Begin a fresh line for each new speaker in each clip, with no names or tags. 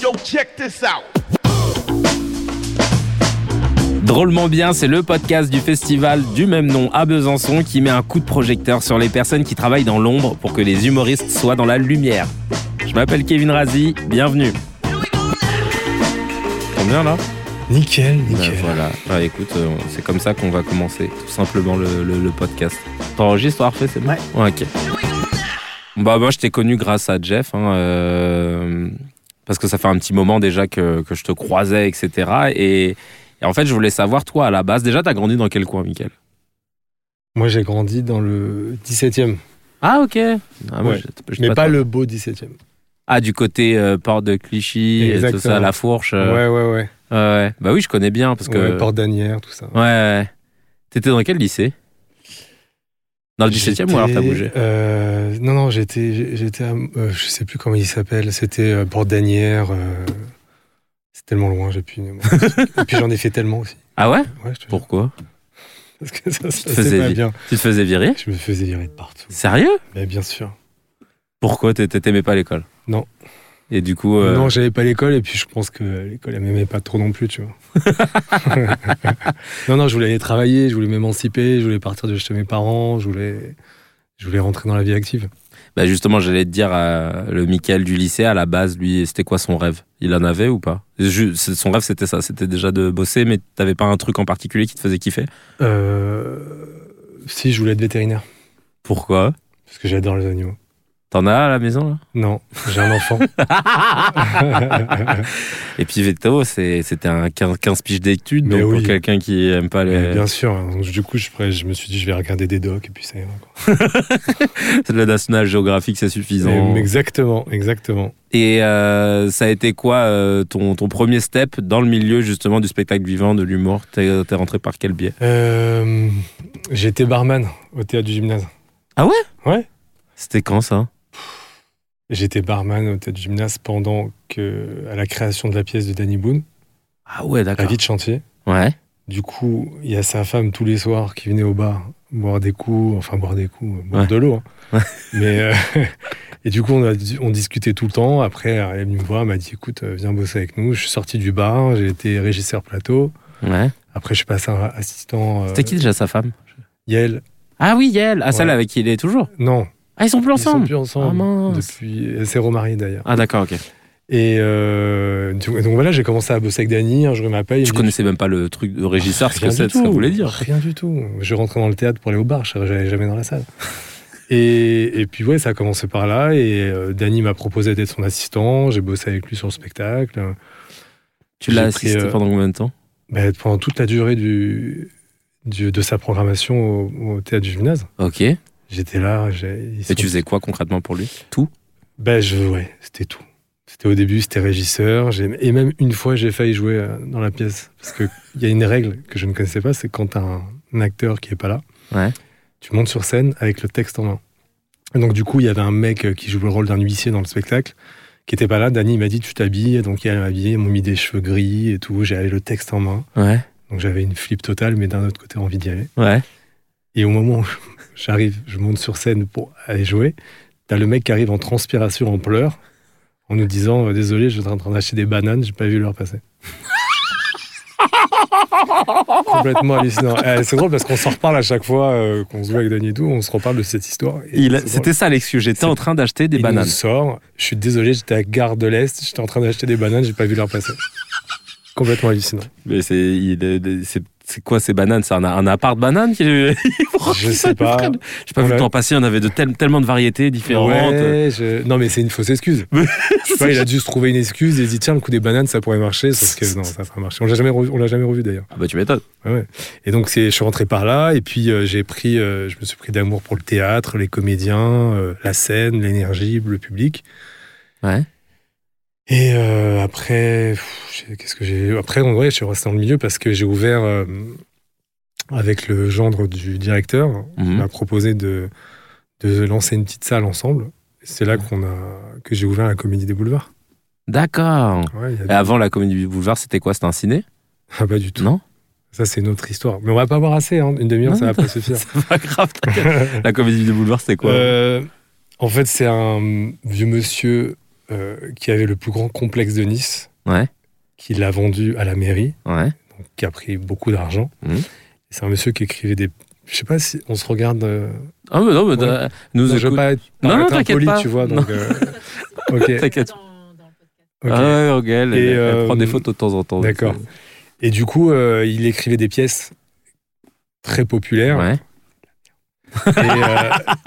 Yo, check this out.
Drôlement bien, c'est le podcast du festival du même nom à Besançon qui met un coup de projecteur sur les personnes qui travaillent dans l'ombre pour que les humoristes soient dans la lumière. Je m'appelle Kevin Razi, bienvenue. Combien là
Nickel,
Ben,
nickel.
Voilà, Bah, écoute, euh, c'est comme ça qu'on va commencer tout simplement le, le- le podcast. T'enregistres, Arfait, c'est bon
Ouais.
Ok. Bah, moi, je t'ai connu grâce à Jeff, hein, euh, parce que ça fait un petit moment déjà que, que je te croisais, etc. Et, et en fait, je voulais savoir, toi, à la base, déjà, t'as grandi dans quel coin, Michael
Moi, j'ai grandi dans le 17e,
Ah, ok. Ah, moi,
Ouais.
je- je-
mais
pas
pas,
toi.
le beau 17e.
Ah, du côté euh, Porte de Clichy, et tout
Exactement.
ça, la fourche. euh,
Ouais, ouais, ouais.
ouais, ouais. Bah oui, je connais bien, parce que.
Ouais, Porte d'Anière, tout ça.
Ouais, ouais. T'étais dans quel lycée Dans le 17 e ou alors t'as
J'étais,
bougé
euh, Non, non, j'étais, j'étais, à- euh, je sais plus comment il s'appelle. C'était euh, Porte d'Anière. euh, c'est tellement loin, j'ai plus. une mémoire. Et puis j'en ai fait tellement aussi.
Ah ouais
Ouais, je te jure.
Pourquoi
Parce que ça, ça,
faisais
c'est pas
virer.
bien.
Tu te faisais virer
Je me faisais virer de partout.
Sérieux
Mais bien sûr.
Pourquoi t'é- t'é- t'aimais pas l'école
Non.
Et du coup. euh,
Non, j'avais pas l'école et puis je pense que l'école elle m'aimait pas trop non plus, tu vois. non, non, je voulais aller travailler, je voulais m'émanciper, je voulais partir de chez mes parents, je voulais, je voulais rentrer dans la vie active.
bah justement, j'allais te dire, euh, le Michael du lycée, à la base, lui, c'était quoi son rêve Il en avait ou pas Je- c'est- Son rêve, c'était ça. C'était déjà de bosser, mais t'avais pas un truc en particulier qui te faisait kiffer
Euh, si je voulais être vétérinaire,
Pourquoi
parce que j'adore les animaux.
T'en as à la maison, là
Non, j'ai un enfant.
Et puis Veto, c'est- c'était un 15, 15 piges d'études,
Mais
donc pour
oui.
quelqu'un qui aime pas
Mais
les.
bien sûr. hein. Donc, du coup, je, après, je me suis dit, je vais regarder des docs et puis ça ira. quoi.
le National Geographic, c'est suffisant.
Mais Exactement, exactement.
Et euh, ça a été quoi euh, ton, ton premier step dans le milieu justement du spectacle vivant, de l'humour T'es t'es rentré par quel biais
Euh, J'étais barman au théâtre du gymnase.
C'était quand ça
J'étais barman au Tête Gymnase pendant que, à la création de la pièce de Danny Boone,
Ah ouais,
La
d'accord.
vie de chantier.
Ouais.
Du coup, il y a sa femme tous les soirs qui venait au bar boire des coups, enfin boire des coups, boire
Ouais.
de l'eau. hein.
Ouais.
Mais euh, et du coup, on, a, on discutait tout le temps. Après, elle est venue me voir, elle m'a dit écoute, euh, viens bosser avec nous. Je suis sorti du bar, j'ai été régisseur plateau.
Ouais.
Après, je suis passé un assistant. euh,
C'était qui déjà sa femme
Yael.
Ah oui, Yael. Ah, celle
Ouais.
avec qui il est toujours.
Non,
Ah, ils sont plus
ils sont
ensemble.
plus
Ah
ensemble.
mince.
depuis, elle s'est remariée d'ailleurs.
Ah d'accord, ok.
Et euh, du- donc voilà, j'ai commencé à bosser avec Dany, un jour il m'appelle. il
Tu
me dit,
connaissais même pas le truc de régisseur, ce que
Rien du
c'est, ce que ça
tout.
voulait dire.
Rien du tout. Je rentrais dans le théâtre pour aller au bar, je n'allais jamais dans la salle. Et, et puis ouais, ça a commencé par là, et euh, Dany m'a proposé d'être son assistant, j'ai bossé avec lui sur le spectacle.
Tu l'as
J'ai pris,
assisté
euh,
pendant combien de temps
Ben, pendant toute la durée du, du- de sa programmation au, au théâtre du gymnase,
Ok. Et
j'étais là. j'ai- ils sont-
tu faisais quoi concrètement pour lui Tout
Ben je, ouais, c'était tout. C'était au début, c'était régisseur. j'ai- Et même une fois, j'ai failli jouer euh, dans la pièce. Parce qu'il y a une règle que je ne connaissais pas, c'est quand t'as un, un acteur qui est pas là,
Ouais.
tu montes sur scène avec le texte en main. Et donc du coup, il y avait un mec euh, qui joue le rôle d'un huissier dans le spectacle, qui était pas là. Dany il m'a dit, tu t'habilles. Donc elle m'a habillé, ils m'ont mis des cheveux gris et tout. J'avais le texte en main.
Ouais.
Donc j'avais une flip totale, mais d'un autre côté, envie d'y aller.
Ouais.
Et au moment où j'arrive, je monte sur scène pour aller jouer, t'as le mec qui arrive en transpiration, en pleurs, en nous disant euh, Désolé, je suis en train d'acheter des bananes, j'ai pas vu l'heure passer. Complètement hallucinant. Eh, c'est drôle parce qu'on s'en reparle à chaque fois euh, qu'on se voit avec Dany et tout, on se reparle de cette histoire. Et
Il a-
c'est drôle.
C'était ça l'excuse. J'étais
C'est-
en train d'acheter des
Il
bananes.
nous sort, je suis désolé, j'étais à Gare de l'Est, j'étais en train d'acheter des bananes, j'ai pas vu l'heure passer. Complètement hallucinant.
Mais c'est il est- c'est- c'est quoi ces bananes C'est un, un appart banane qui
Je sais pas.
J'ai pas vu le
Ouais.
temps passer, on avait de tel- tellement de variétés différentes.
Ouais, je- Non, mais c'est une fausse excuse. Je sais pas, il a dû se trouver une excuse et il dit tiens, le coup des bananes, ça pourrait marcher. Sauf que non, ça n'a pas marché. On l'a jamais, revu- on l'a jamais revu d'ailleurs.
Ah bah tu m'étonnes.
Ouais, ouais. Et donc, c'est- je suis rentré par là et puis euh, j'ai pris, euh, je me suis pris d'amour pour le théâtre, les comédiens, euh, la scène, l'énergie, le public.
Ouais.
Et euh, après, pff, j'ai- qu'est-ce que j'ai Après, en vrai, je suis resté dans le milieu parce que j'ai ouvert euh, avec le gendre du directeur
Mhm.
m'a proposé de, de lancer une petite salle ensemble. Et C'est
Mmh.
là qu'on a, que j'ai ouvert la Comédie des Boulevards.
D'accord.
Ouais, il y a-
Et avant la comédie du boulevard, c'était quoi C'était un ciné
Ah, pas du tout.
Ah. Non
Ça, c'est une autre histoire. Mais on va pas avoir assez. hein. Une demi-heure,
Non,
ça va pas suffire.
C'est pas grave. t'inquiète. la comédie du boulevard, c'était quoi
Euh, en fait, c'est un vieux monsieur euh, qui avait le plus grand complexe de Nice,
Ouais.
qui l'a vendu à la mairie,
Ouais.
donc qui a pris beaucoup d'argent.
Mhm.
C'est un monsieur qui écrivait des. Je sais pas si on se regarde. euh,
Ah, mais non, mais
Ouais.
t'as- nous
non, je veux
écoute-
pas être,
Non, non,
paraître
t'inquiète
impoli,
pas.
tu vois.
Non.
Donc, euh, ok,
T'inquiète.
Dans, dans le podcast.
ok.
Ah ouais, Orgel, elle,
Et,
elle
euh,
prend des photos de temps en temps.
D'accord. Et du coup, euh, il écrivait des pièces très populaires.
Ouais.
Et, euh,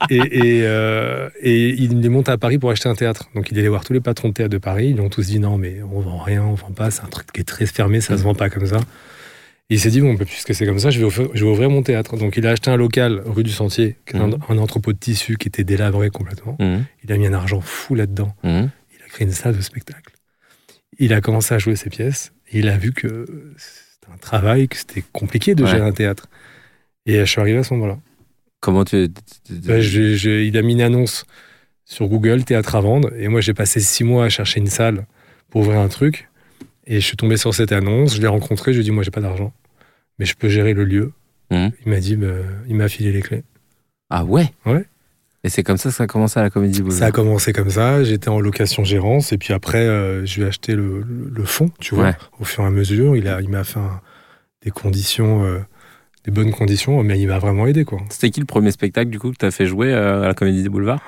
et, et, euh, et il les monte à Paris pour acheter un théâtre. Donc il allait voir tous les patrons de théâtre de Paris. Ils ont tous dit non, mais on vend rien, on vend pas. C'est un truc qui est très fermé, ça se vend pas comme ça. Et il s'est dit, bon, bah, puisque c'est comme ça, je vais, ouvrir, je vais ouvrir mon théâtre. Donc il a acheté un local rue du Sentier, qui est un,
Mhm.
un entrepôt de tissus qui était délabré complètement.
Mhm.
Il a mis un argent fou là-dedans.
Mhm.
Il a créé une salle de spectacle. Il a commencé à jouer ses pièces. Et il a vu que c'était un travail, que c'était compliqué de
Ouais.
gérer un théâtre. Et je suis arrivé à ce moment-là.
Comment tu.
Bah, j'ai- j'ai- il a mis une annonce sur Google, théâtre à vendre. Et moi, j'ai passé six mois à chercher une salle pour ouvrir un truc. Et je suis tombé sur cette annonce. Je l'ai rencontré. Je lui ai dit, moi, j'ai pas d'argent, mais je peux gérer le lieu.
Mhm.
Il m'a dit, bah, il m'a filé les clés.
Ah ouais
Ouais.
Et c'est comme ça que ça a commencé à la comédie
Ça
Boulevard.
a commencé comme ça. J'étais en location gérance. Et puis après, euh, je lui ai acheté le, le- le fond, tu vois,
Ouais.
au fur et à mesure. Il a, il m'a fait un- des conditions, euh, des bonnes conditions, mais il m'a vraiment aidé, quoi.
C'était qui le premier spectacle du coup que t'as fait jouer euh, à la comédie des boulevards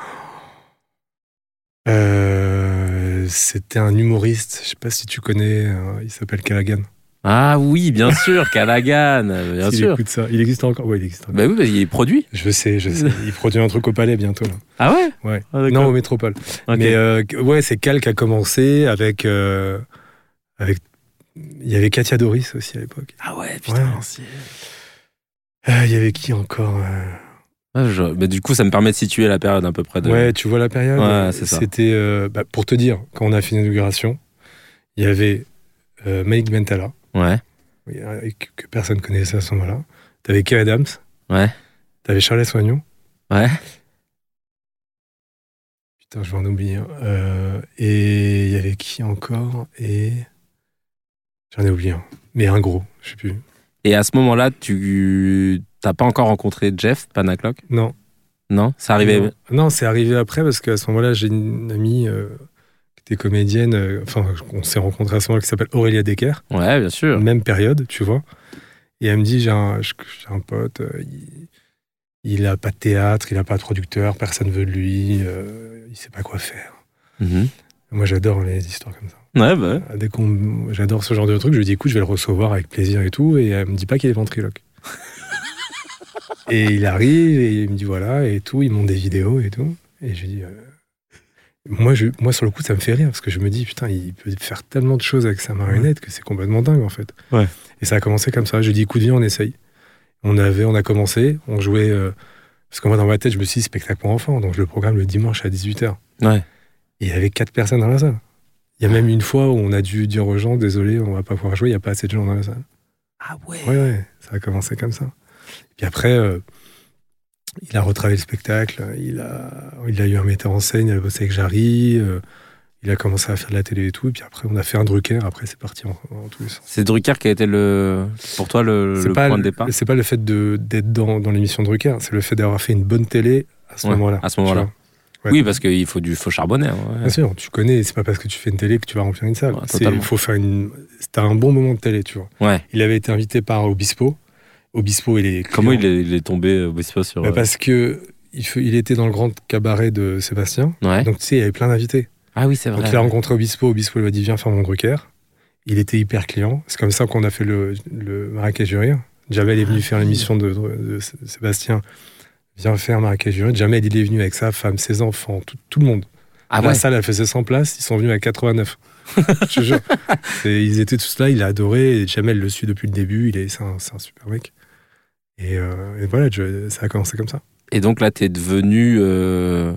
Euh, c'était un humoriste. Je sais pas si tu connais. euh, il s'appelle Callaghan.
Ah oui, bien sûr, Callaghan, bien
S'il
sûr.
écoute ça. Il existe encore. Ouais, il existe encore.
Bah oui, parce qu'il est produit.
Je sais, je sais. Il produit un truc au palais bientôt. là.
Ah ouais
Ouais.
Ah, d'accord.
non, au métropole.
Ok.
Mais euh, ouais, c'est Cal qui a commencé avec. euh, avec il y avait Katia Doris aussi à l'époque.
Ah ouais, putain.
Ouais. Euh, Il y avait qui encore euh,
Ah, je- bah, du coup, ça me permet de situer la période à peu près de.
Ouais, tu vois la période
Ouais, c'est ça.
C'était. euh, bah, pour te dire, quand on a fait l'inauguration, il y avait euh, Malik Bentala.
Ouais.
Oui, euh, que, que personne connaissait à ce moment-là. T'avais Kay Adams.
Ouais.
T'avais Charles Soignon.
Ouais.
Putain, je vais en oublier. un. Euh, et il y avait qui encore Et j'en ai oublié un. Mais un gros, je sais plus.
Et à ce moment-là, tu t'as pas encore rencontré Jeff Panaclock
Non.
Non, ça arrivait.
Non, Non, c'est arrivé après parce qu'à ce moment-là, j'ai une amie euh, qui était comédienne. euh, Enfin, on s'est rencontrés à ce moment-là qui s'appelle Aurélia Decker.
Ouais, bien sûr.
même période, tu vois. Et elle me dit, j'ai un, je- j'ai un pote, euh, il, il a pas de théâtre, il a pas de producteur, personne veut de lui, euh, il sait pas quoi faire.
Mhm.
Moi, j'adore les histoires comme ça.
Ouais, bah. ouais.
Euh, Dès qu'on, j'adore ce genre de truc, je lui dis, écoute, je vais le recevoir avec plaisir et tout, et elle me dit pas qu'il est ventriloque. et il arrive et il me dit voilà et tout, il monte des vidéos et tout, et je lui dis. euh, moi, je, moi, sur le coup, ça me fait rire parce que je me dis, putain, il peut faire tellement de choses avec sa marionnette que c'est complètement dingue en fait.
Ouais.
Et ça a commencé comme ça. J'ai dit, écoute, viens, on essaye. On, avait, on a commencé, on jouait. euh, parce que moi, dans ma tête, je me suis dit, spectacle pour enfants. Donc, je le programme le dimanche à 18h.
Ouais.
Et il y avait quatre personnes dans la salle. Il y a même une fois où on a dû dire aux gens, désolé, on va pas pouvoir jouer, il n'y a pas assez de gens dans la salle.
Ah ouais.
Ouais, ouais, ça a commencé comme ça. Et puis après, euh, il a retravaillé le spectacle, il a, il a eu un metteur en scène, il a bossé avec Jarry, euh, il a commencé à faire de la télé et tout. Et puis après, on a fait un Drucker, après, c'est parti en, en tous les sens.
C'est Drucker qui a été le pour toi le,
C'est
le
pas
point de
le-
départ.
C'est pas le fait de- d'être dans, dans l'émission Drucker, c'est le fait d'avoir fait une bonne télé à ce
Ouais,
moment-là.
à ce moment-là.
tu vois. Ouais.
Oui, parce qu'il faut du faut charbonner. hein, ouais.
Bien sûr, tu connais, c'est pas parce que tu fais une télé que tu vas remplir une salle.
Ouais,
C'est-
totalement.
faut faire une. C'était un bon moment de télé, tu vois.
Ouais.
Il avait été invité par Obispo. Obispo, il est.
Comment il est, il est tombé euh, je sais pas sur.
Bah,
euh,
Parce que il, fe- il était dans le grand cabaret de Sébastien.
ouais.
Donc, tu sais, il y avait plein d'invités.
Ah oui, c'est
Donc,
vrai.
il a rencontré Obispo. Obispo lui a dit Viens faire mon Drucker. Il était hyper client. C'est comme ça qu'on a fait le, le Marrakech du Rire. Javel est
Ah,
venu faire l'émission de, de Sé- Sébastien. Viens faire Marrakech du Rire. Jamel, il est venu avec sa femme, ses enfants, tout, tout le monde.
ah
la
ouais.
salle, elle faisait 100 places. Ils sont venus à 89. Je te jure. C'est- ils étaient tous là. Il a adoré. Et Jamel le suit depuis le début. Il est, c'est un, c'est un super mec. Et, euh, et voilà, je- ça a commencé comme ça.
Et donc là, t'es devenu euh,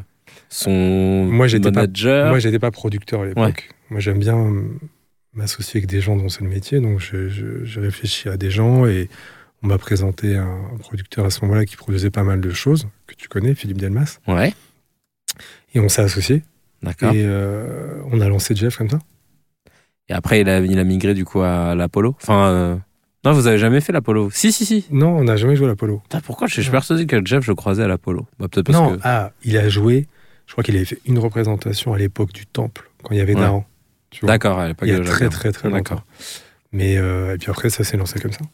son
Moi, j'étais pas-
manager.
Moi, j'étais pas producteur à l'époque. Moi, j'aime bien euh, m'associer avec des gens dont c'est le métier. Donc, je, je- je réfléchis à des gens et on m'a présenté un, un producteur à ce moment-là qui produisait pas mal de choses que tu connais, Philippe Delmas.
Ouais.
Et on s'est associés
D'accord. Et...
et euh, on a lancé Jeff comme ça.
après, il a, il a migré du coup à l'Apollo. Enfin. euh, Non, vous avez jamais fait l'Apollo Si, si, si.
Non, on n'a jamais joué à l'Apollo.
Putain, pourquoi je je suis persuadé que Jeff, je le croisais à l'Apollo. Bah, peut-être parce
Non,
que.
ah, il a joué. Je crois qu'il avait fait une représentation à l'époque du Temple quand il y avait
Ouais.
Daran. tu vois.
D'accord, à l'époque
Il y a
de Jacques
très
Daran.
très très
D'accord.
longtemps. Mais euh, et puis après, ça s'est lancé comme ça.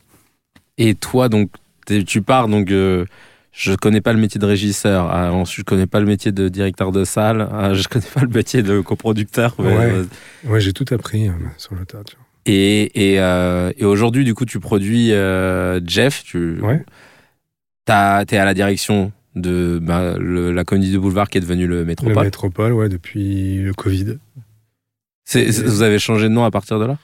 Et toi, donc, t'es- tu pars, donc, euh, je connais pas le métier de régisseur, euh, ensuite, je connais pas le métier de directeur de salle, euh, je connais pas le métier de coproducteur. mais,
Ouais.
euh,
Ouais, j'ai tout appris euh, sur le tas. tu vois.
et et, euh, et aujourd'hui, du coup, tu produis euh, Jeff, tu
Ouais.
t'as- t'es à la direction de bah, le- la comédie de boulevard qui est devenue le
Le
métropole.
métropole, ouais, depuis le Covid.
C'est- c'est- vous avez changé de nom à partir de là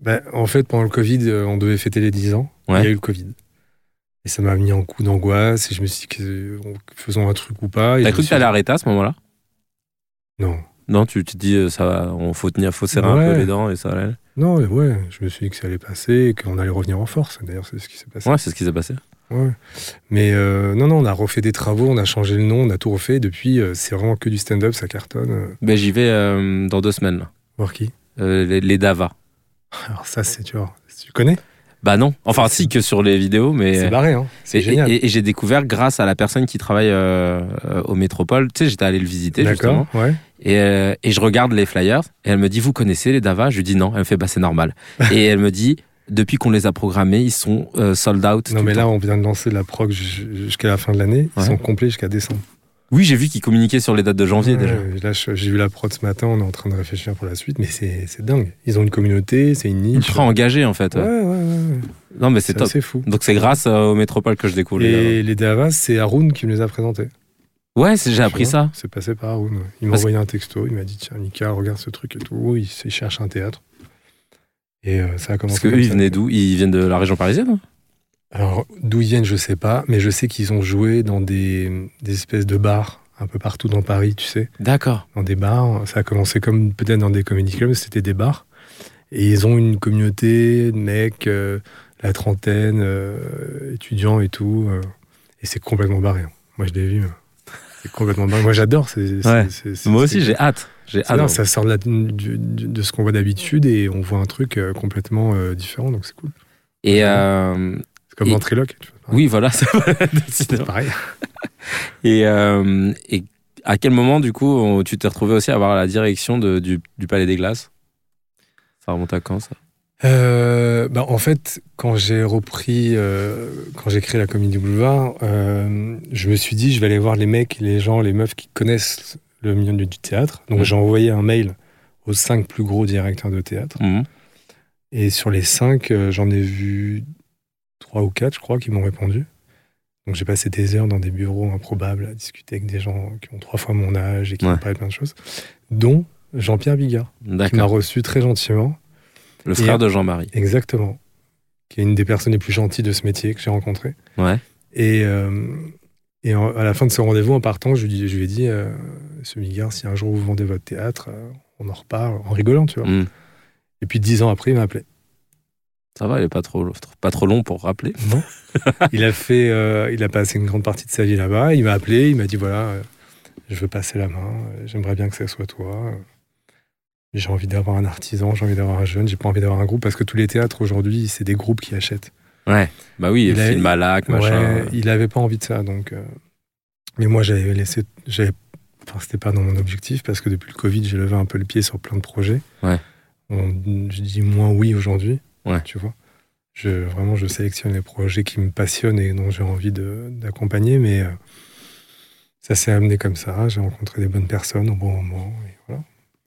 Bah, en fait, pendant le Covid, euh, on devait fêter les 10 ans.
Ouais.
Il y a eu le Covid. Et ça m'a mis en coup d'angoisse. Et je me suis dit, que, euh, on- faisons un truc ou pas. Et
T'as
je
cru
me
que t'allais
suis-
arrêter à ce moment-là
Non.
Non, tu te dis, euh, ça va, on faut tenir, faut serrer un
Ouais.
peu les dents et ça va aller.
Non, mais ouais, je me suis dit que ça allait passer et qu'on allait revenir en force. D'ailleurs, c'est ce qui s'est passé.
Ouais, c'est ce qui s'est passé.
Ouais. Mais euh, non, non, on a refait des travaux, on a changé le nom, on a tout refait. Et depuis, euh, c'est vraiment que du stand-up, ça cartonne. Euh,
Ben, j'y vais euh, dans deux semaines, là.
Voir qui
Euh, les, les Dava.
Alors, ça, c'est, tu vois, tu connais
Bah non, enfin si que sur les vidéos, mais euh,
C'est barré, hein C'est
Et-
génial.
Et, et j'ai découvert grâce à la personne qui travaille euh, euh, au Métropole. Tu sais, j'étais allé le visiter
D'accord,
justement,
ouais.
et, euh, et je regarde les flyers. Et elle me dit, vous connaissez les Dava Je lui dis non. Elle me fait, bah c'est normal. et elle me dit, depuis qu'on les a programmés, ils sont euh, sold out.
Non,
tout
mais
le
là,
temps.
on vient de lancer la prog ju- jusqu'à la fin de l'année. Ils
Ouais.
sont complets jusqu'à décembre.
oui, j'ai vu qu'ils communiquaient sur les dates de janvier déjà.
Ouais, Là, je- j'ai vu la prod ce matin, on est en train de réfléchir pour la suite, mais c'est c'est dingue. Ils ont une communauté, c'est une niche.
Ultra engagés en fait.
Ouais, ouais, ouais.
Non, mais c'est
C'est
top.
assez fou.
Donc c'est grâce euh, au Métropole que je découvre. les euh, Dava.
Et les Davas, c'est Haroun qui me les a présentés.
Ouais, c'est- j'ai appris
Tu vois,
ça.
C'est passé par Haroun. ouais. Il m'a
Parce-
envoyé un texto, il m'a dit Tiens, Mika, regarde ce truc et tout. Il, il cherche un théâtre. Et euh, ça a commencé.
Parce que
comme
eux, ils
ça.
venaient d'où Ils viennent de la région parisienne. hein
Alors, d'où ils viennent, je sais pas, mais je sais qu'ils ont joué dans des, des espèces de bars un peu partout dans Paris, tu sais.
D'accord.
dans des bars. Ça a commencé comme peut-être dans des comedy clubs, c'était des bars. Et ils ont une communauté de mecs, euh, la trentaine, euh, étudiants et tout. euh, et c'est complètement barré. hein. Moi, je l'ai vu. hein. C'est complètement barré. Moi, j'adore. ces- ces-
Ouais.
ces- ces-
Moi
ces-
aussi, j'ai hâte. J'ai
c'est
hâte.
dingue, Ah ça sort de, la- du- du- de ce qu'on voit d'habitude et on voit un truc euh, complètement euh, différent, donc c'est cool.
Et euh,
C'est comme
Et-
Ventriloque. tu vois.
oui, voilà. ça va,
c'est
décidément.
pareil.
Et, euh, et à quel moment, du coup, on- tu t'es retrouvé aussi à avoir la direction de- du, du Palais des Glaces Ça remonte à quand, ça
Euh, bah, en fait, quand j'ai repris, euh, quand j'ai créé la Comédie Boulevard, euh, je me suis dit, je vais aller voir les mecs, les gens, les meufs qui connaissent le milieu du théâtre. Donc
Mhm.
j'ai envoyé un mail aux cinq plus gros directeurs de théâtre.
Mhm.
Et sur les cinq, euh, j'en ai vu trois ou quatre, je crois, qui m'ont répondu. Donc j'ai passé des heures dans des bureaux improbables à discuter avec des gens qui ont trois fois mon âge et qui
Ouais.
m'ont parlé de plein de choses, dont Jean-Pierre Bigard, qui m'a
D'accord.
reçu très gentiment.
Le frère de Jean-Marie.
Exactement. Qui est une des personnes les plus gentilles de ce métier que j'ai rencontré.
Ouais.
Et, euh, et en- à la fin de ce rendez-vous, en partant, je lui, dis- je lui ai dit euh, Monsieur Migard, si un jour vous vendez votre théâtre, euh, on en reparle, en rigolant, tu vois.
Mhm.
Et puis dix ans après, il m'a appelé.
Ça va, il est pas trop, pas trop long pour rappeler.
Non. il, a fait, euh, il a passé une grande partie de sa vie là-bas. Il m'a appelé, il m'a dit Voilà, euh, je veux passer la main, euh, j'aimerais bien que ce soit toi. euh, J'ai envie d'avoir un artisan, j'ai envie d'avoir un jeune, j'ai pas envie d'avoir un groupe, parce que tous les théâtres aujourd'hui, c'est des groupes qui achètent.
Ouais. Bah oui,
Il a-
film Malak, machin. euh.
Ouais, il avait pas envie de ça, donc. euh, Mais moi, j'avais laissé. J'avais... Enfin, c'était pas dans mon objectif parce que depuis le Covid, j'ai levé un peu le pied sur plein de projets.
Ouais.
On- Je dis moins oui aujourd'hui.
Ouais.
Tu vois. Je, vraiment, je sélectionne les projets qui me passionnent et dont j'ai envie de- d'accompagner, mais euh, ça s'est amené comme ça. J'ai rencontré des bonnes personnes au bon moment. et voilà.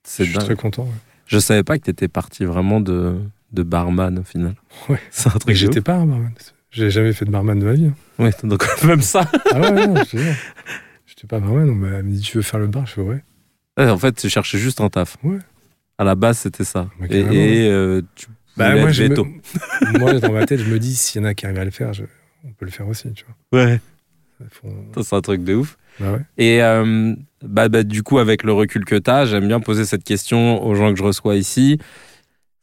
Je
C'est
suis
dingue.
très content. ouais.
Je savais pas que t'étais parti vraiment de, de barman, au final.
Ouais.
C'est un
Mais
truc de
J'étais pas un barman. J'ai jamais fait de barman de ma vie. hein.
ouf. Ouais, donc même ça.
Ah ouais, non, je te jure. J'étais pas barman. On m'a dit Tu veux faire le bar Je fais Ouais.
Ouais, en fait, tu cherchais juste un taf.
Ouais.
À la base, c'était ça.
Bah,
et
carrément.
et, euh, tu
Bah,
voulais
moi,
être
je me-
veto.
moi, dans ma tête, je me dis, s'il y en a qui arrivent à le faire, je- on peut le faire aussi, tu vois.
Ouais.
Faut-
Ça, C'est un truc de ouf.
Bah ouais.
Et euh, bah, bah, du coup, avec le recul que tu as, j'aime bien poser cette question aux gens que je reçois ici.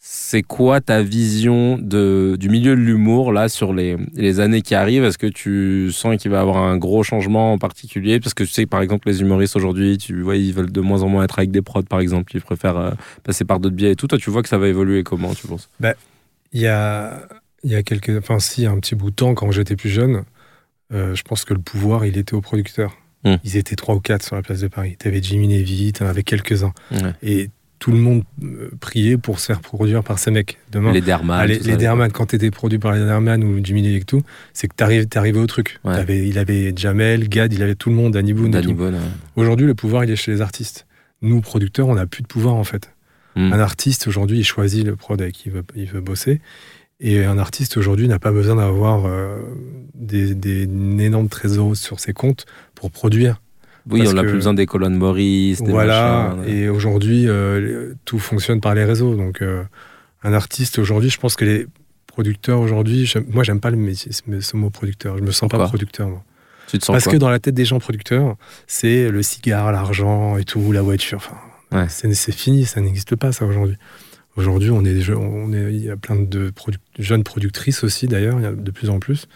C'est quoi ta vision de, du milieu de l'humour là sur les, les années qui arrivent Est-ce que tu sens qu'il va y avoir un gros changement en particulier Parce que tu sais que par exemple les humoristes aujourd'hui, tu vois, ils veulent de moins en moins être avec des prods par exemple, ils préfèrent euh, passer par d'autres biais et tout. Toi, tu vois que ça va évoluer comment tu penses
Il y a, il y a quelques... Enfin, si, un petit bout de temps, quand j'étais plus jeune, euh, je pense que le pouvoir, il était aux producteurs.
Hmm.
Ils étaient trois ou quatre sur la place de Paris. T'avais Jimmy Nevy, t'en avais quelques-uns.
Ouais.
Et tout le monde euh, priait pour se faire produire par ces mecs. Demain,
Les Derman.
Ah, les,
tout
les
ça.
Derman, quand t'étais produit par les Derman ou Jimmy Lee et tout, c'est que t'arrives, t'es arrivé au truc.
Ouais.
T'avais- il avait Jamel, Gad, il avait tout le monde, Danny Boone. et
Danny hein.
tout.
Boone, ouais.
Aujourd'hui, le pouvoir, il est chez les artistes. Nous, producteurs, on n'a plus de pouvoir, en fait.
Mm.
Un artiste, aujourd'hui, il choisit le prod avec qui il veut, il veut bosser. Et un artiste, aujourd'hui, n'a pas besoin d'avoir euh, des, des, une énorme trésor sur ses comptes pour produire.
Oui,
Parce
on n'a
que-
plus besoin des colonnes Maurice, des
voilà.
machins, hein, ouais.
Et aujourd'hui, euh, les- tout fonctionne par les réseaux. Donc, euh, un artiste, aujourd'hui, je pense que les producteurs, aujourd'hui, j'aime- moi, j'aime pas le métier, ce ce mot producteur. Je me sens pas
Pourquoi
producteur, moi.
Tu te sens
Parce
quoi
que dans la tête des gens producteurs, c'est le cigare, l'argent et tout, la voiture. Enfin,
Ouais.
c'est, c'est fini, ça n'existe pas ça aujourd'hui. Aujourd'hui, on est, on est, il y a plein de produ- jeunes productrices aussi d'ailleurs, il y en a de plus en plus.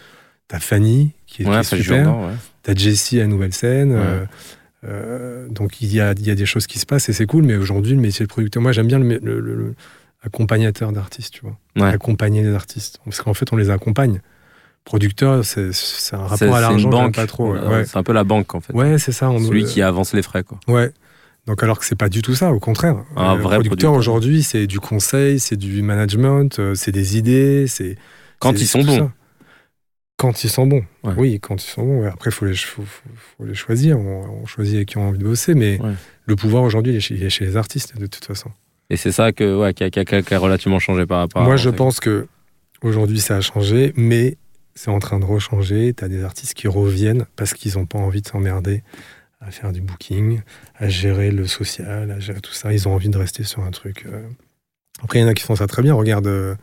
T'as Fanny qui est, qui
Ouais,
est
c'est
super,
ouais.
t'as Jessie à Nouvelle Scène.
Ouais.
euh, euh, donc il y, a, il y a des choses qui se passent et c'est cool, mais aujourd'hui le métier de producteur, moi j'aime bien le, mé- le- le- le accompagnateur d'artistes, tu vois,
Ouais.
accompagner les artistes, parce qu'en fait on les accompagne. Producteur, c'est, c'est un
C'est-
rapport à
c'est une
l'argent, j'aime
banque.
pas trop. ouais.
Euh, C'est un peu la banque en fait.
Ouais, c'est ça. on-
Celui
euh,
qui avance les frais, quoi.
Ouais. Donc alors que c'est pas du tout ça, au contraire.
Un
Le
vrai
producteur
producteur.
aujourd'hui, c'est du conseil, c'est du management, euh, c'est des idées, c'est
Quand
c'est
ils sont
tout
bons.
ça. Quand ils sont bons.
Ouais.
Oui, quand ils sont bons. Ouais, Après, faut les, faut, faut- faut les choisir. On, on choisit avec qui on a envie de bosser, mais
Ouais.
le pouvoir aujourd'hui, il est chez- il est chez les artistes de toute façon.
Et c'est ça que, ouais, qui, a, qui a- qui a- qui a relativement changé par rapport. à
Moi,
avant,
je
c'est-
pense que aujourd'hui, ça a changé, mais c'est en train de rechanger. Tu as des artistes qui reviennent parce qu'ils n'ont pas envie de s'emmerder à faire du booking, à gérer le social, à gérer tout ça. Ils ont envie de rester sur un truc. euh. Après, il y en a qui font ça très bien. Regarde euh,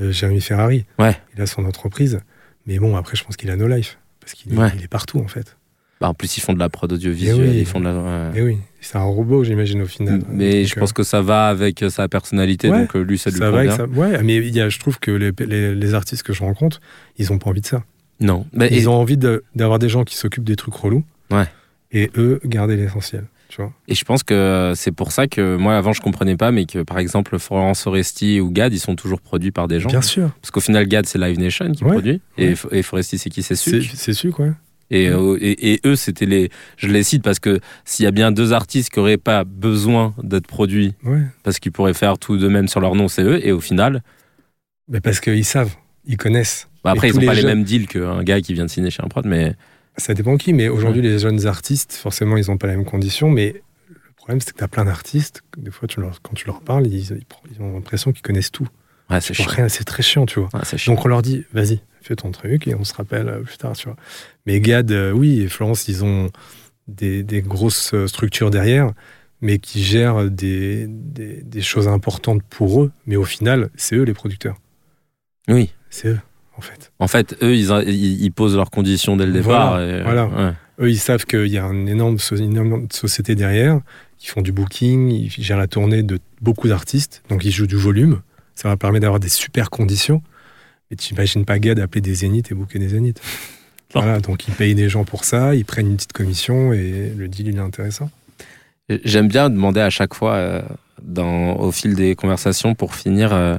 euh, Jérémy Ferrari.
Ouais.
Il a son entreprise. Mais bon, après, je pense qu'il a no life. Parce qu'il est-
Ouais.
il est partout, en fait.
Bah, en plus, ils font de la prod audiovisuelle,
Eh oui.
ils font de la. ouais.
Et oui, c'est un robot, j'imagine, au final.
Mm, Mais
Donc,
je
euh,
pense que ça va avec euh, sa personnalité,
Ouais.
donc euh, lui, ça lui
ça va
convient.
avec ça. Ouais, mais il y a- je trouve que les, les- les artistes que je rencontre, ils n'ont pas envie de ça.
Non. Mais- et,
ils ont envie de- d'avoir des gens qui s'occupent des trucs relous.
Ouais.
Et eux, garder l'essentiel. Tu vois
et je pense que euh, c'est pour ça que moi, avant, je comprenais pas, mais que par exemple, Florence Oresti ou Gad, ils sont toujours produits par des gens.
Bien sûr.
Parce qu'au final, Gad, c'est Live Nation qui
Ouais.
produit.
Ouais.
Et, F- et Foresti, c'est qui C'est
C'est
Suc.
c'est sûr, quoi.
Et, euh, et, et eux, c'était les. Je les cite parce que s'il y a bien deux artistes qui n'auraient pas besoin d'être produits,
Ouais.
parce qu'ils pourraient faire tout de même sur leur nom, c'est eux. Et au final,
Mais parce qu'ils savent, ils connaissent.
bah, après,
Et
ils
tous
n'ont pas les
les jeunes-
mêmes deals qu'un gars qui vient de signer chez un prod, mais
Ça dépend qui, mais aujourd'hui, les jeunes artistes, forcément, ils n'ont pas les mêmes conditions. Mais le problème, c'est que tu as plein d'artistes. que Des fois, tu leur- quand tu leur parles, ils, ils pr- ils ont l'impression qu'ils connaissent tout.
ouais, c'est
Pour
chiant.
rien, C'est très chiant, tu vois.
Ouais, c'est chiant.
Donc, on leur dit, vas-y, fais ton truc et on se rappelle euh, plus tard, tu vois. Mais Gad, euh, oui, et Florence, ils ont des, des grosses euh, structures derrière, mais qui gèrent des, des- des choses importantes pour eux. Mais au final, c'est eux les producteurs.
Oui.
C'est eux, en fait.
En fait, eux, ils, ils, ils posent leurs conditions dès le départ.
Voilà,
et-
voilà.
ouais.
Eux, ils savent qu'il y a une énorme, so- une énorme société derrière, qui font du booking, ils gèrent la tournée de beaucoup d'artistes, donc ils jouent du volume. Ça leur permet d'avoir des super conditions. Et t'imagines pas Gad appeler des zéniths et booker des zéniths.
Non.
voilà, donc ils payent des gens pour ça, ils prennent une petite commission et le deal, il est intéressant.
J'aime bien demander à chaque fois, euh, dans, au fil des conversations, pour finir, euh,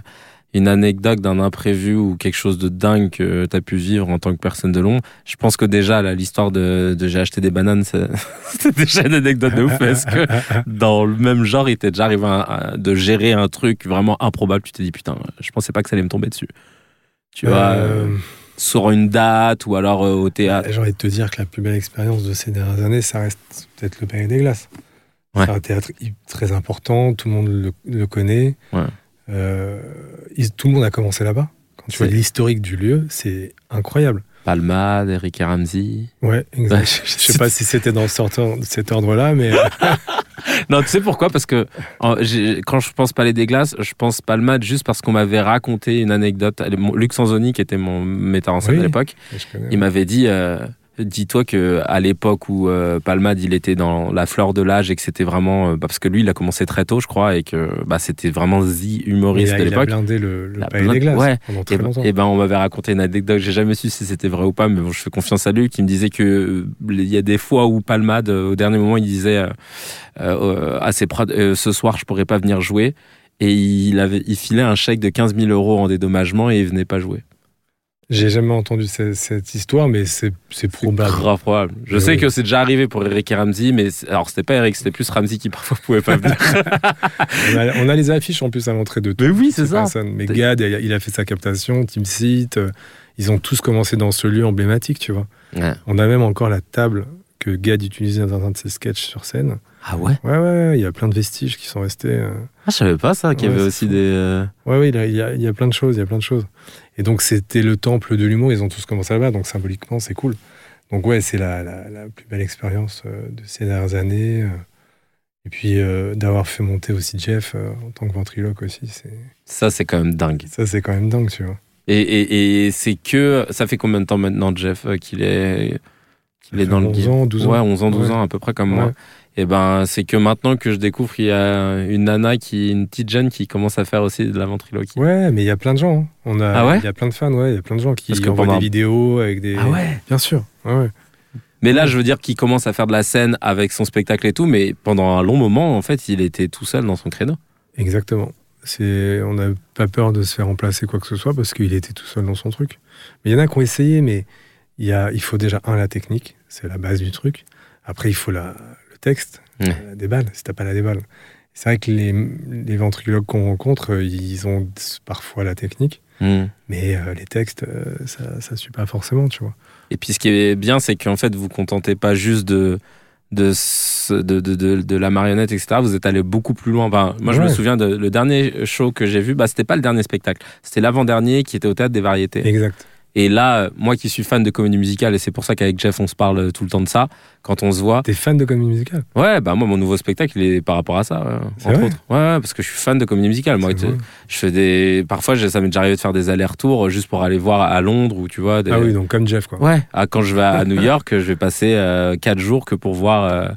une anecdote d'un imprévu ou quelque chose de dingue que tu as pu vivre en tant que personne de long. Je pense que déjà, là, l'histoire de, de j'ai acheté des bananes, c'est c'est déjà une anecdote de ouf. Parce que
Ah, ah,
dans le même genre, il t'est déjà arrivé un- un- de gérer un truc vraiment improbable. Tu t'es dit, putain, je pensais pas que ça allait me tomber dessus. Tu vois, euh,
euh,
sur une date ou alors euh, au théâtre.
Bah, j'ai envie de te dire que la plus belle expérience de ces dernières années, ça reste peut-être le Palais des Glaces.
Ouais.
C'est un théâtre hy- très important, tout le monde le, le connaît.
Ouais.
Euh, ils- tout le monde a commencé là-bas. Quand tu vois
C'est-
l'historique du lieu, c'est incroyable.
Palmade, Eric Ramsey.
Ouais, exact. je sais pas si c'était dans cet ordre- cet ordre-là, mais euh,
Non, tu sais pourquoi Parce que en- j'ai- quand je pense Palais des Glaces, je pense Palmade juste parce qu'on m'avait raconté une anecdote. Allez, mon- Luc Sanzoni, qui était mon metteur en scène
Oui.
à l'époque,
je connais.
il m'avait dit euh, dis-toi que à l'époque où euh, Palmade il était dans la fleur de l'âge et que c'était vraiment euh, bah, parce que lui il a commencé très tôt je crois et que bah, c'était vraiment the
il
humoriste
a,
de
il a
l'époque
blindé le, le
La
Palais
blinde-
des Glaces
ouais.
pendant très
et, ben-
longtemps.
et ben on m'avait raconté une anecdote j'ai jamais su si c'était vrai ou pas mais bon je fais confiance à lui qui me disait que euh, il y a des fois où Palmade euh, au dernier moment il disait euh, euh, à ses prods, euh, ce soir je pourrais pas venir jouer et il avait il filait un chèque de 15 000 euros en dédommagement et il venait pas jouer
J'ai jamais entendu ce- cette histoire, mais c'est c'est probable.
Grave probable. Je
Mais
sais
oui.
que c'est déjà arrivé pour Eric et Ramsey, mais c'est- alors c'était pas Eric, c'était plus Ramsey qui parfois pouvait pas venir.
On a, on a les affiches en plus à l'entrée de
mais oui,
toutes ces personnes. Mais Gad, il a- il a fait sa captation, Team Seat, euh, ils ont tous commencé dans ce lieu emblématique, tu vois.
Ouais.
On a même encore la table que Gad utilisait dans un de ses sketchs sur scène.
Ah ouais
Ouais, ouais, ouais, il y a plein de vestiges qui sont restés. euh.
ah, Je savais pas ça, qu'il y
Ouais,
avait aussi
c'est fou.
des. euh,
Ouais, ouais, il y a- il y, a- il y a plein de choses, il y a plein de choses. Et donc, c'était le temple de l'humour, ils ont tous commencé là-bas, donc symboliquement, c'est cool. Donc, ouais, c'est la, la- la plus belle expérience euh, de ces dernières années. euh. Et puis, euh, d'avoir fait monter aussi Jeff euh, en tant que ventriloque aussi, c'est-
Ça, c'est quand même dingue.
ça, c'est quand même dingue, tu vois.
Et, et- et c'est que. Ça fait combien de temps maintenant, Jeff, euh, qu'il est, qu'il est dans le
11
game
ans, 12 ans.
Ouais, 11 ans, 12
Ouais.
ans, à peu près comme
Ouais.
moi. Et ben, c'est que maintenant que je découvre qu'il y a une nana, qui, une petite jeune qui commence à faire aussi de la ventriloquie.
Ouais, mais il y a plein de gens. hein. On a,
Ah ouais
il y a plein de fans, ouais. Il y a plein de gens qui
Parce que
envoient
pendant- Ah
des vidéos avec des.
ouais
Bien sûr. Ah Ouais, ouais.
Mais là, je veux dire qu'il commence à faire de la scène avec son spectacle et tout, mais pendant un long moment, en fait, il était tout seul dans son créneau.
Exactement. C'est, on n'a pas peur de se faire remplacer quoi que ce soit parce qu'il était tout seul dans son truc. Mais il y en a qui ont essayé, mais il y a, il faut déjà un la technique, c'est la base du truc. Après, il faut la, le texte,
Ouais.
la déballe. Si t'as pas la déballe, c'est vrai que les, les ventriloques qu'on rencontre, euh, ils ont parfois la technique, mais euh, les textes, euh, ça, ça suit pas forcément, tu vois.
Et puis ce qui est bien, c'est qu'en fait, vous contentez pas juste de de, ce- de, de, de- de la marionnette, etc. Vous êtes allé beaucoup plus loin. Enfin, moi, je me
Ouais.
souviens de le dernier show que j'ai vu. Bah, c'était pas le dernier spectacle, c'était l'avant-dernier qui était au théâtre des variétés.
Exact.
Et là, euh, moi qui suis fan de comédie musicale, et c'est pour ça qu'avec Jeff, on se parle tout le temps de ça, quand on se voit.
T'es fan de comédie musicale
Ouais, bah moi, mon nouveau spectacle, il est par rapport à ça, ouais,
C'est
entre
vrai
autres. Ouais, ouais, parce que je suis fan de comédie musicale. Moi,
C'est
tu-
vrai.
je fais des. Parfois, j'ai- ça m'est déjà arrivé de faire des allers-retours euh, juste pour aller voir à Londres ou tu vois. Des...
Ah oui, donc comme Jeff, quoi.
Ouais. Ah, quand je vais à New York, je vais passer 4 jours que pour voir euh,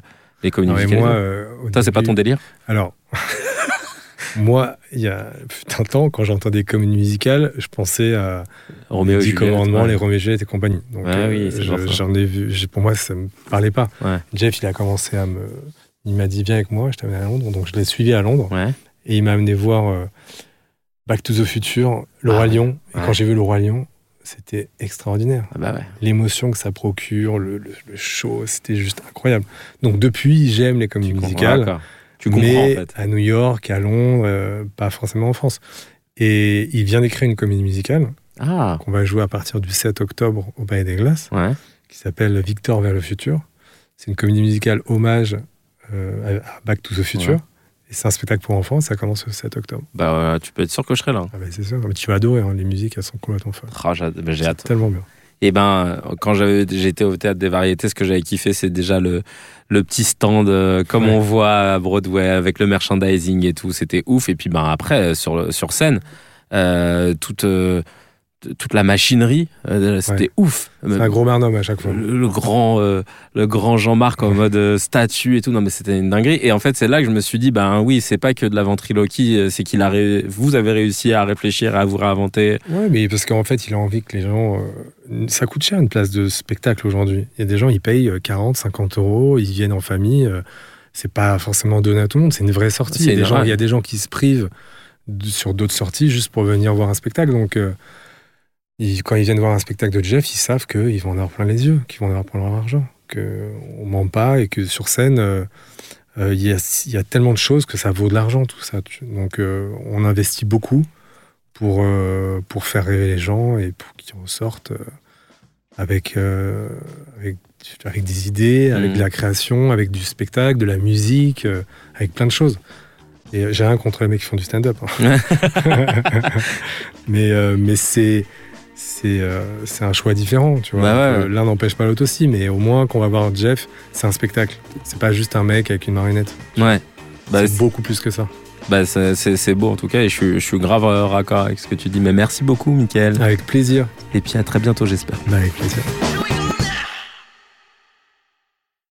les comédies
Non, mais
musicales.
moi, euh, au
Toi, c'est pas
début-
ton délire
Alors, moi, il y a fut un temps, quand j'entendais comédie musicale, je pensais à
Roméo et
les Dix
Juliette,
commandements,
ouais.
les Roméo et Juliette et compagnie. Donc, euh,
Ouais, oui, c'est
je-
genre ça.
j'en ai vu. j'ai- Pour moi, ça me parlait pas.
Ouais.
Jeff, il a commencé à me. Il m'a dit Viens avec moi, je t'amène à Londres. Donc, je l'ai suivi à Londres
Ouais.
et il m'a amené voir euh, Back to the Future, Le
Ah,
Roi
ouais.
Lion. Et
Ouais.
quand j'ai vu Le Roi Lion, c'était extraordinaire
Ah bah ouais.
l'émotion que ça procure, le, le- le show, c'était juste incroyable. Donc depuis, j'aime les comédies
comprends,
musicales,
d'accord. Tu comprends
mais
en fait.
à New York, à Londres, euh, pas forcément en France. Et il vient d'écrire une comédie musicale
Ah.
qu'on va jouer à partir du 7 octobre au Palais des Glaces,
Ouais.
qui s'appelle Victor vers le futur. C'est une comédie musicale hommage euh, à à Back to the Future.
Ouais.
Et c'est un spectacle pour enfants, ça commence le 7 octobre.
Bah euh, tu peux être sûr que je serai là.
Ah ben c'est ça, Ah ben tu vas adorer, hein, les musiques elles sont complètement folles.
Ah, j'ai- bah, j'ai
C'est
hâte.
Tellement bien.
Et ben, euh, quand j'avais- j'étais au théâtre des variétés, ce que j'avais kiffé, c'est déjà le, le petit stand, euh, comme
Ouais.
on voit à Broadway, avec le merchandising et tout. C'était ouf. Et puis, ben, après, euh, sur, le- sur scène, euh, toute, euh, t- toute la machinerie, euh, c'était ouf.
C'est un gros barnum à chaque fois.
Le, le grand, euh, le grand Jean-Marc en mode euh, statue et tout. Non, mais c'était une dinguerie. Et en fait, c'est là que je me suis dit, ben oui, c'est pas que de la ventriloquie, euh, c'est qu'il a, ré- vous avez réussi à réfléchir, à vous réinventer.
Ouais, mais parce qu'en fait, il a envie que les gens. euh, ça coûte cher une place de spectacle aujourd'hui. Il y a des gens, ils payent euh, 40, 50 euros, ils viennent en famille. euh, c'est pas forcément donné à tout le monde, c'est une vraie sortie. Il y,
C'est
a des gens,
normal.
il y a des gens qui se privent de- sur d'autres sorties juste pour venir voir un spectacle. Donc, euh, ils- quand ils viennent voir un spectacle de Jeff, ils savent qu'ils vont en avoir plein les yeux, qu'ils vont en avoir plein leur argent, qu'on ment pas et que sur scène. euh, euh, il y, a, il y a tellement de choses que ça vaut de l'argent, tout ça. Tu- Donc, euh, on investit beaucoup pour, euh, pour faire rêver les gens et pour qu'ils ressortent euh, avec, euh, avec, avec des idées, avec
Mhm.
de la création, avec du spectacle, de la musique, euh, avec plein de choses. Et euh, j'ai rien contre les mecs qui font du stand-up. hein. mais euh, mais c'est. C'est euh, c'est un choix différent, tu vois.
Bah ouais,
Euh,
ouais.
L'un n'empêche pas l'autre aussi, mais au moins qu'on va voir Jeff, c'est un spectacle. C'est pas juste un mec avec une marionnette.
Ouais. Bah,
c'est beaucoup plus que ça.
Bah, c'est- c'est c'est beau en tout cas et je, suis- je suis grave euh, raccord avec ce que tu dis. Mais merci beaucoup, Mickaël.
Avec plaisir.
Et puis à très bientôt, j'espère.
Bah, avec plaisir.